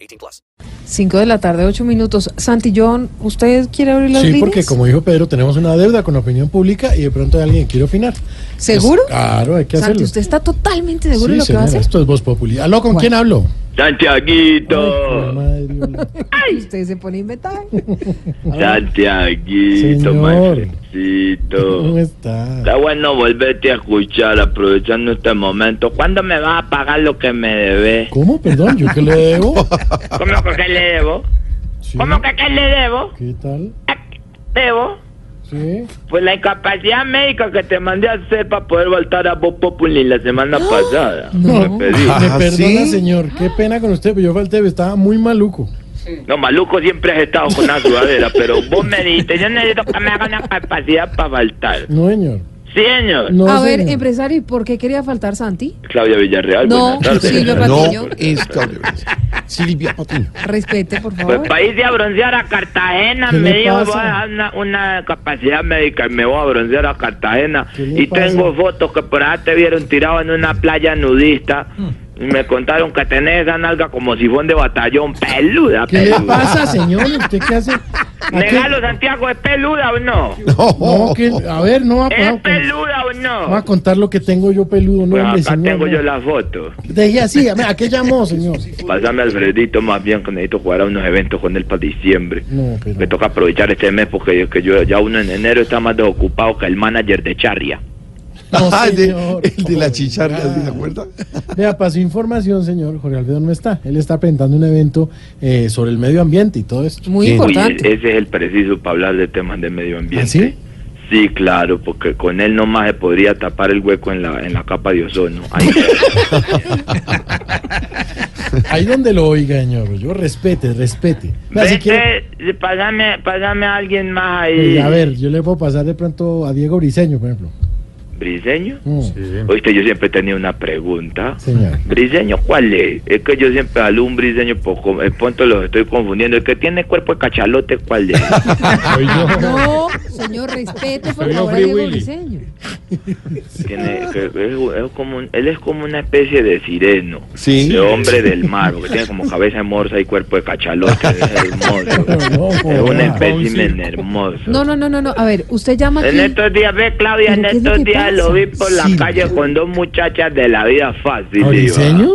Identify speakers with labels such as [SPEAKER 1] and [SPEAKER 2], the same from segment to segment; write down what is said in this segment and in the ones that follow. [SPEAKER 1] 18 plus.
[SPEAKER 2] 5 de la tarde, 8 minutos. Santillón, ¿usted quiere abrir las
[SPEAKER 3] Sí,
[SPEAKER 2] líneas?
[SPEAKER 3] porque como dijo Pedro, tenemos una deuda con la opinión pública y de pronto alguien quiere opinar.
[SPEAKER 2] ¿Seguro?
[SPEAKER 3] Pues, claro, hay que
[SPEAKER 2] Santi,
[SPEAKER 3] hacerlo.
[SPEAKER 2] ¿usted está totalmente seguro de
[SPEAKER 3] Sí,
[SPEAKER 2] lo que va a
[SPEAKER 3] señora,
[SPEAKER 2] hacer?
[SPEAKER 3] Esto es voz popular. ¿Aló, con quién hablo? Ay,
[SPEAKER 4] Santiaguito,
[SPEAKER 3] madre, hola.
[SPEAKER 2] Usted se pone a inventar.
[SPEAKER 4] Santiaguito,
[SPEAKER 3] Señor. ¿Cómo
[SPEAKER 4] Manfredcito.
[SPEAKER 3] está?
[SPEAKER 4] Está bueno volverte a escuchar aprovechando este momento. ¿Cuándo me vas a pagar lo que me debes?
[SPEAKER 3] ¿Cómo? Perdón, ¿yo qué le debo?
[SPEAKER 4] ¿Cómo que qué le debo?
[SPEAKER 3] Sí,
[SPEAKER 4] ¿Cómo que qué le debo?
[SPEAKER 3] ¿Qué tal?
[SPEAKER 4] ¿Qué ¿Debo?
[SPEAKER 3] Sí.
[SPEAKER 4] Pues la incapacidad médica que te mandé a hacer para poder voltar a Voz Populi la semana pasada.
[SPEAKER 2] No.
[SPEAKER 4] Me pedí.
[SPEAKER 3] Ah,
[SPEAKER 4] Ah,
[SPEAKER 3] Me perdona, señor. Qué pena con usted, pero yo falté, estaba muy maluco.
[SPEAKER 4] No, maluco siempre has estado con una sudadera, pero vos me dijiste, yo necesito que me haga una capacidad para faltar.
[SPEAKER 3] No, señor.
[SPEAKER 4] Sí, señor.
[SPEAKER 3] No,
[SPEAKER 2] a ver,
[SPEAKER 3] señor.
[SPEAKER 2] empresario, ¿y por qué quería faltar Santi?
[SPEAKER 4] Claudia Villarreal,
[SPEAKER 2] No,
[SPEAKER 4] buenas tardes.
[SPEAKER 2] Silvia Patiño.
[SPEAKER 3] eh.
[SPEAKER 5] es Claudio Ruiz. Silvia Patiño.
[SPEAKER 2] Respete, por
[SPEAKER 4] Pues
[SPEAKER 2] favor.
[SPEAKER 4] para irse a broncear a Cartagena,
[SPEAKER 3] ¿Qué
[SPEAKER 4] me
[SPEAKER 3] le
[SPEAKER 4] dijo,
[SPEAKER 3] pasa?
[SPEAKER 4] voy a dejar una, una capacidad médica y me voy a broncear a Cartagena.
[SPEAKER 3] ¿Qué le
[SPEAKER 4] Y
[SPEAKER 3] pasa?
[SPEAKER 4] tengo fotos que por allá te vieron tirado en una playa nudista.
[SPEAKER 3] Mm.
[SPEAKER 4] Y me contaron que tenés esa nalga como sifón de batallón, peluda,
[SPEAKER 3] ¿Qué le
[SPEAKER 4] peluda.
[SPEAKER 3] pasa, señor? ¿Usted qué hace? ¿A qué-
[SPEAKER 4] Negalo, Santiago, ¿es peluda o no?
[SPEAKER 3] No, que, a ver, no va a,
[SPEAKER 4] ¿Es
[SPEAKER 3] no,
[SPEAKER 4] peluda o no?
[SPEAKER 3] va a contar lo que tengo yo peludo. No,
[SPEAKER 4] Pues
[SPEAKER 3] hombre,
[SPEAKER 4] acá
[SPEAKER 3] señor,
[SPEAKER 4] tengo
[SPEAKER 3] no.
[SPEAKER 4] yo la foto.
[SPEAKER 3] Dejé así, a ver, ¿a qué llamó, señor?
[SPEAKER 4] Pásame a Alfredito más bien que necesito jugar a unos eventos con él para diciembre.
[SPEAKER 3] No,
[SPEAKER 4] Me
[SPEAKER 3] pero...
[SPEAKER 4] toca aprovechar este mes porque que yo ya uno en enero está más desocupado que el manager de Charria.
[SPEAKER 3] No,
[SPEAKER 5] Ah, de-
[SPEAKER 3] señor.
[SPEAKER 5] el de la chicharra,
[SPEAKER 3] Ah.
[SPEAKER 5] ¿sí ¿se acuerda?
[SPEAKER 3] Vea, para su información, señor, Jorge Alfredo no está. Él está presentando un evento eh, sobre el medio ambiente y todo esto.
[SPEAKER 2] Muy
[SPEAKER 5] Uy,
[SPEAKER 4] Uy,
[SPEAKER 2] importante.
[SPEAKER 4] e- ese es el preciso para hablar de temas de medio ambiente.
[SPEAKER 3] ¿Ah, sí?
[SPEAKER 4] Sí, claro, porque con él nomás se podría tapar el hueco en la, en la capa de ozono. Ahí.
[SPEAKER 3] Ahí donde lo oiga, señor. Yo respete, respete. Vea, si
[SPEAKER 4] Vete,
[SPEAKER 3] quiere-
[SPEAKER 4] pásame, pásame a alguien más ahí.
[SPEAKER 3] Eh, a ver, yo le puedo pasar de pronto a Diego Briseño, por ejemplo.
[SPEAKER 4] ¿Briseño?
[SPEAKER 3] Mm,
[SPEAKER 4] Oíste, yo siempre tenía una pregunta.
[SPEAKER 3] Señor.
[SPEAKER 4] ¿Briseño cuál es? Es que yo siempre hablo un briseño, poco, el punto los estoy confundiendo. El que tiene cuerpo de cachalote, ¿cuál es?
[SPEAKER 3] Soy yo.
[SPEAKER 2] Ah, No, señor, respete, por favor, a Diego Briseño.
[SPEAKER 4] Tiene- que- que es- es como un- él es como una especie de sireno,
[SPEAKER 5] Sí.
[SPEAKER 4] de hombre del mar, porque tiene como cabeza de morsa y cuerpo de cachalote, es
[SPEAKER 3] Pero
[SPEAKER 4] hermoso,
[SPEAKER 3] no,
[SPEAKER 4] es un
[SPEAKER 3] joda.
[SPEAKER 4] espécimen hermoso.
[SPEAKER 2] No, no, no, no, no. A ver, usted llama aquí.
[SPEAKER 4] En estos días, ve Claudia, en
[SPEAKER 2] ¿Pero qué es lo
[SPEAKER 4] estos
[SPEAKER 2] que
[SPEAKER 4] días
[SPEAKER 2] pasa?
[SPEAKER 4] lo vi por la
[SPEAKER 3] Sí.
[SPEAKER 4] calle con dos muchachas de la vida fácil.
[SPEAKER 5] ¿Ah,
[SPEAKER 3] ¿A
[SPEAKER 4] iba.
[SPEAKER 3] Briseño?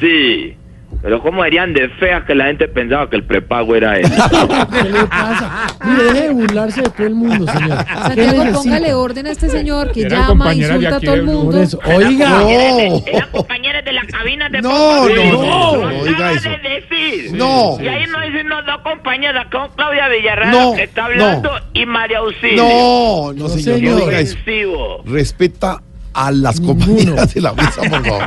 [SPEAKER 4] Sí, pero cómo eran de feas que la gente pensaba que el prepago era él.
[SPEAKER 3] ¿Qué le pasa? Mire, deje de burlarse de todo el mundo, señor. ¿Qué
[SPEAKER 2] Santiago,
[SPEAKER 3] necesita?
[SPEAKER 2] póngale orden a este señor que llama, insulta a todo el
[SPEAKER 3] Por
[SPEAKER 2] mundo.
[SPEAKER 3] eso, oiga.
[SPEAKER 4] Eran compañeras de la cabina de
[SPEAKER 5] No,
[SPEAKER 4] Voz Populi.
[SPEAKER 5] no, no, no,
[SPEAKER 4] Lo
[SPEAKER 5] no diga
[SPEAKER 4] acaba
[SPEAKER 5] eso.
[SPEAKER 4] de decir.
[SPEAKER 5] No.
[SPEAKER 4] Y ahí nos dicen dos compañeras con Claudia Villarreal
[SPEAKER 5] No,
[SPEAKER 4] que está hablando y María Auxilio.
[SPEAKER 5] No, no, señor,
[SPEAKER 3] señor.
[SPEAKER 5] no diga eso.
[SPEAKER 4] Ofensivo.
[SPEAKER 5] Respeta a las
[SPEAKER 3] Ninguno.
[SPEAKER 5] compañeras de la mesa, por favor.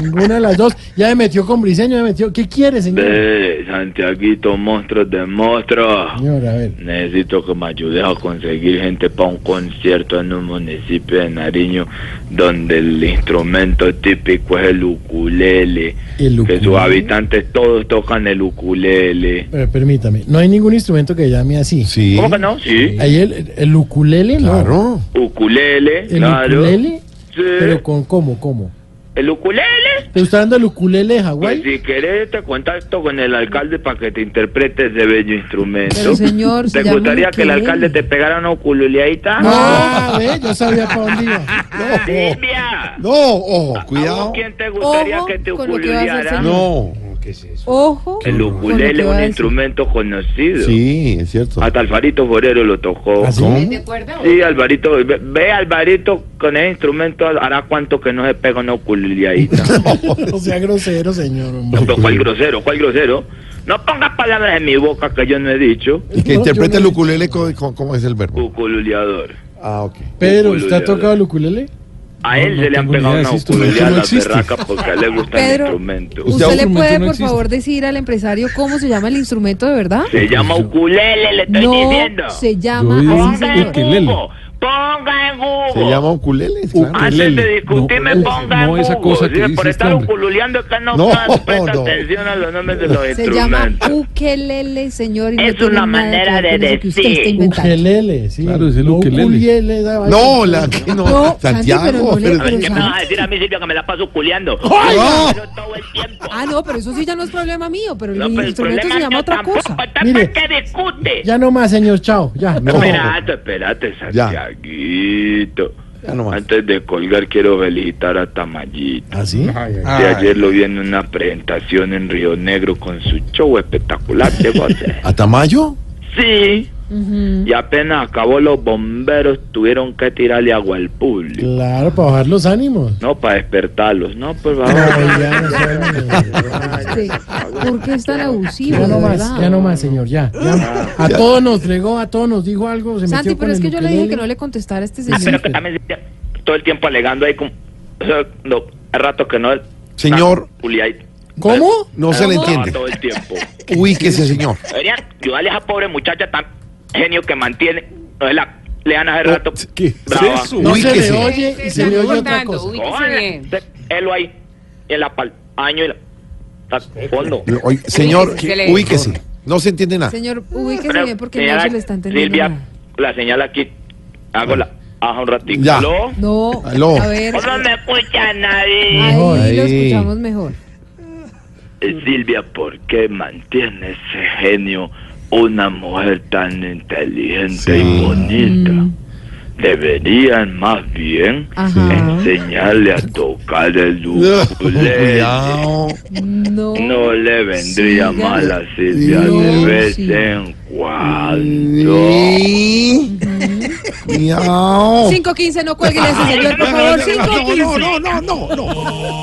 [SPEAKER 3] Ninguna de las dos. Ya me metió con Briseño, ya me metió. ¿Qué quiere, señor?
[SPEAKER 5] Eh.
[SPEAKER 4] Ve, Santiaguito, monstruos de monstruos.
[SPEAKER 3] Señor, a ver.
[SPEAKER 4] Necesito que me ayudes a conseguir gente para un concierto en un municipio de Nariño donde el instrumento típico es el ukulele.
[SPEAKER 3] El
[SPEAKER 4] Que sus
[SPEAKER 3] ukulele.
[SPEAKER 4] habitantes todos tocan el ukulele.
[SPEAKER 3] Eh, permítame, no hay ningún instrumento que llame así.
[SPEAKER 5] Sí.
[SPEAKER 4] ¿Cómo que no? Sí.
[SPEAKER 3] Ahí el, el ukulele, no.
[SPEAKER 5] Claro.
[SPEAKER 4] Ukulele,
[SPEAKER 3] El
[SPEAKER 4] claro.
[SPEAKER 3] ukulele,
[SPEAKER 4] Sí.
[SPEAKER 3] pero con cómo, cómo.
[SPEAKER 4] ¿El ukulele?
[SPEAKER 3] ¿Te está dando el ukulele de Hawái?
[SPEAKER 4] Pues si querés te contacto con el alcalde para que te interprete ese bello instrumento.
[SPEAKER 2] Pero, señor, se
[SPEAKER 4] ¿Te
[SPEAKER 2] llama
[SPEAKER 4] gustaría que el
[SPEAKER 2] ukulele.
[SPEAKER 4] alcalde te pegara una ukuleadita?
[SPEAKER 3] Ah, ve, yo sabía para dónde iba.
[SPEAKER 5] Ah,
[SPEAKER 4] Silvia,
[SPEAKER 5] No, ojo,
[SPEAKER 4] ¿a vos
[SPEAKER 5] cuidado.
[SPEAKER 4] ¿quién te gustaría
[SPEAKER 2] Ojo
[SPEAKER 4] que te
[SPEAKER 2] con lo que vas a
[SPEAKER 4] ukuleara?
[SPEAKER 2] hacer.
[SPEAKER 5] Ah, No.
[SPEAKER 2] Ojo.
[SPEAKER 4] El
[SPEAKER 2] con lo que
[SPEAKER 4] ukulele es
[SPEAKER 2] va a
[SPEAKER 4] un
[SPEAKER 2] decir.
[SPEAKER 4] instrumento conocido.
[SPEAKER 5] Sí, es cierto.
[SPEAKER 4] Hasta Alvarito Forero lo tocó.
[SPEAKER 3] ¿Ah, sí?
[SPEAKER 5] ¿Cómo?
[SPEAKER 4] Sí, Alvarito, ve, ve, Alvarito con ese instrumento hará cuánto que no se pega una ukuleadita.
[SPEAKER 3] No sea grosero, señor. hombre.
[SPEAKER 4] No, pero ¿Cuál grosero? ¿Cuál grosero? No pongas palabras en mi boca que yo no he dicho.
[SPEAKER 5] Y que
[SPEAKER 3] No,
[SPEAKER 5] interprete
[SPEAKER 3] yo no-
[SPEAKER 5] el ukulele, co- co- ¿cómo es el verbo?
[SPEAKER 4] Cucululeador.
[SPEAKER 5] Ah, ok.
[SPEAKER 3] Pero,
[SPEAKER 4] Ukulele,
[SPEAKER 3] ¿usted ha tocado
[SPEAKER 4] ya.
[SPEAKER 3] el ukulele?
[SPEAKER 4] A él
[SPEAKER 3] no
[SPEAKER 4] se le han
[SPEAKER 3] tengo
[SPEAKER 4] pegado
[SPEAKER 3] ni idea de
[SPEAKER 4] una
[SPEAKER 3] ese instrumento,
[SPEAKER 4] uculería a
[SPEAKER 3] no
[SPEAKER 4] la
[SPEAKER 3] existe.
[SPEAKER 4] berraca porque a él le gusta el
[SPEAKER 2] Pedro,
[SPEAKER 4] instrumento.
[SPEAKER 5] Usted
[SPEAKER 2] ¿Usted le
[SPEAKER 3] instrumento
[SPEAKER 2] puede,
[SPEAKER 3] no
[SPEAKER 2] por
[SPEAKER 3] existe.
[SPEAKER 2] favor, decir al empresario cómo se llama el instrumento de verdad?
[SPEAKER 4] Se llama ukulele, le estoy diciendo.
[SPEAKER 2] No, se llama
[SPEAKER 3] Yo
[SPEAKER 2] así,
[SPEAKER 3] digo
[SPEAKER 4] Ponga en
[SPEAKER 2] señor.
[SPEAKER 3] que- ukelele.
[SPEAKER 4] Google. Ponga en Google.
[SPEAKER 5] Se llama ukulele, claro.
[SPEAKER 3] Ukulele.
[SPEAKER 4] Antes de discutirme,
[SPEAKER 3] No,
[SPEAKER 4] ponga
[SPEAKER 3] no
[SPEAKER 4] en
[SPEAKER 3] esa
[SPEAKER 4] Google.
[SPEAKER 3] cosa que
[SPEAKER 4] Sí,
[SPEAKER 3] dice
[SPEAKER 4] por
[SPEAKER 3] este
[SPEAKER 4] estar
[SPEAKER 3] hombre.
[SPEAKER 4] ucululeando que no,
[SPEAKER 5] No,
[SPEAKER 4] presta
[SPEAKER 5] no.
[SPEAKER 4] atención a los nombres de los
[SPEAKER 2] Se llama
[SPEAKER 4] instrumentos.
[SPEAKER 2] ukelele, señor. y no
[SPEAKER 4] Es
[SPEAKER 2] tiene
[SPEAKER 4] una
[SPEAKER 2] nada que ver
[SPEAKER 4] manera
[SPEAKER 2] con
[SPEAKER 4] de
[SPEAKER 2] eso que usted
[SPEAKER 4] decir.
[SPEAKER 2] está inventando.
[SPEAKER 3] Ukelele, sí.
[SPEAKER 5] Claro, es el
[SPEAKER 3] No,
[SPEAKER 5] ukelele.
[SPEAKER 3] ukulele, da-
[SPEAKER 5] No, la que no.
[SPEAKER 2] No, Santi,
[SPEAKER 5] Santiago.
[SPEAKER 2] pero no le-
[SPEAKER 4] A ver, ¿Qué me
[SPEAKER 2] Santi.
[SPEAKER 4] vas a decir a mí, Silvia, que me la paso culeando?
[SPEAKER 3] ¡Ah!
[SPEAKER 5] ¡Ay!
[SPEAKER 4] Pero todo el tiempo.
[SPEAKER 2] Ah, no, pero eso sí ya no es problema mío, pero el
[SPEAKER 4] No, pero el
[SPEAKER 2] instrumento
[SPEAKER 4] problema
[SPEAKER 2] se
[SPEAKER 4] es que
[SPEAKER 2] llama otra
[SPEAKER 4] tampoco
[SPEAKER 2] cosa.
[SPEAKER 4] está
[SPEAKER 3] Mire.
[SPEAKER 4] para que discute.
[SPEAKER 3] Ya no más, señor, chao. Ya.
[SPEAKER 5] No.
[SPEAKER 4] Espérate, espérate, Santiaguito.
[SPEAKER 5] Ya nomás.
[SPEAKER 4] Antes de colgar, quiero felicitar a Tamayito.
[SPEAKER 3] ¿Así?
[SPEAKER 4] De ayer lo vi en una presentación en Río Negro con su show espectacular de voces.
[SPEAKER 5] ¿Atamayo?
[SPEAKER 4] Sí.
[SPEAKER 2] Ujú.
[SPEAKER 4] Y apenas acabó los bomberos tuvieron que tirarle agua al público.
[SPEAKER 3] Claro, para bajar los ánimos.
[SPEAKER 4] No, para despertarlos. No, por
[SPEAKER 3] No,
[SPEAKER 4] favor.
[SPEAKER 3] ya no sé, hombre.
[SPEAKER 2] Este, ¿Por qué es tan abusivo,
[SPEAKER 3] Ya
[SPEAKER 2] de
[SPEAKER 3] no
[SPEAKER 2] verdad?
[SPEAKER 3] más, ya no más, señor, ya. ya. A todos nos fregó, a todos nos dijo algo. Se
[SPEAKER 2] Santi,
[SPEAKER 3] metió con
[SPEAKER 2] pero es
[SPEAKER 3] el
[SPEAKER 2] que yo le dije
[SPEAKER 3] ukelele.
[SPEAKER 2] que no le contestara a este
[SPEAKER 4] Ah, pero
[SPEAKER 2] señor.
[SPEAKER 4] que también se- todo el tiempo alegando ahí como... o sea, no, a rato que no...
[SPEAKER 5] Señor.
[SPEAKER 4] Ah, Juli, ahí.
[SPEAKER 5] ¿Cómo? No se le
[SPEAKER 4] Estaba
[SPEAKER 5] entiende.
[SPEAKER 4] Todo el tiempo.
[SPEAKER 5] Ubíquese, señor.
[SPEAKER 4] Deberían ayudarle a esa pobre muchacha tan genio que mantiene. No es la... Le dan hace rato.
[SPEAKER 5] Oh, ¿Qué es
[SPEAKER 4] brava.
[SPEAKER 5] eso?
[SPEAKER 3] No se le
[SPEAKER 5] Ubíquese.
[SPEAKER 3] oye y se le oye otra
[SPEAKER 6] Contando,
[SPEAKER 3] cosa.
[SPEAKER 6] ubíquese
[SPEAKER 4] Coño,
[SPEAKER 6] bien.
[SPEAKER 4] te- Él este ahí. En la pal... Año y la... al Fondo.
[SPEAKER 5] Oye, señor,
[SPEAKER 6] Ubíquese, se le-
[SPEAKER 5] ubíquese. No se entiende nada.
[SPEAKER 2] Señor, ubíquese
[SPEAKER 4] Pero,
[SPEAKER 2] bien porque
[SPEAKER 4] señora
[SPEAKER 2] no se le está entendiendo
[SPEAKER 4] Silvia,
[SPEAKER 2] nada.
[SPEAKER 4] la señal aquí. Hago la baja un ratito.
[SPEAKER 5] Ya.
[SPEAKER 4] ¿Aló? Pues
[SPEAKER 2] No,
[SPEAKER 5] Aló.
[SPEAKER 2] a ver,
[SPEAKER 4] No me escucha nadie.
[SPEAKER 2] ahí lo
[SPEAKER 5] Ahí.
[SPEAKER 2] escuchamos mejor.
[SPEAKER 4] Eh, Silvia, ¿por qué mantiene ese genio una mujer tan inteligente
[SPEAKER 5] Sí.
[SPEAKER 4] y bonita?
[SPEAKER 2] Mm.
[SPEAKER 4] Deberían más bien
[SPEAKER 2] Ah, Ajá.
[SPEAKER 4] enseñarle a tocar el ukulele.
[SPEAKER 5] Cuidado.
[SPEAKER 2] No.
[SPEAKER 4] No le vendría
[SPEAKER 2] Siga.
[SPEAKER 4] mal a Silvia
[SPEAKER 2] No,
[SPEAKER 4] de vez
[SPEAKER 2] sí.
[SPEAKER 4] en cuando.
[SPEAKER 5] Sí. Cuidado.
[SPEAKER 2] 5.15, no cuelguen a ese señor, por favor, 5.15.
[SPEAKER 5] no, no, no, no.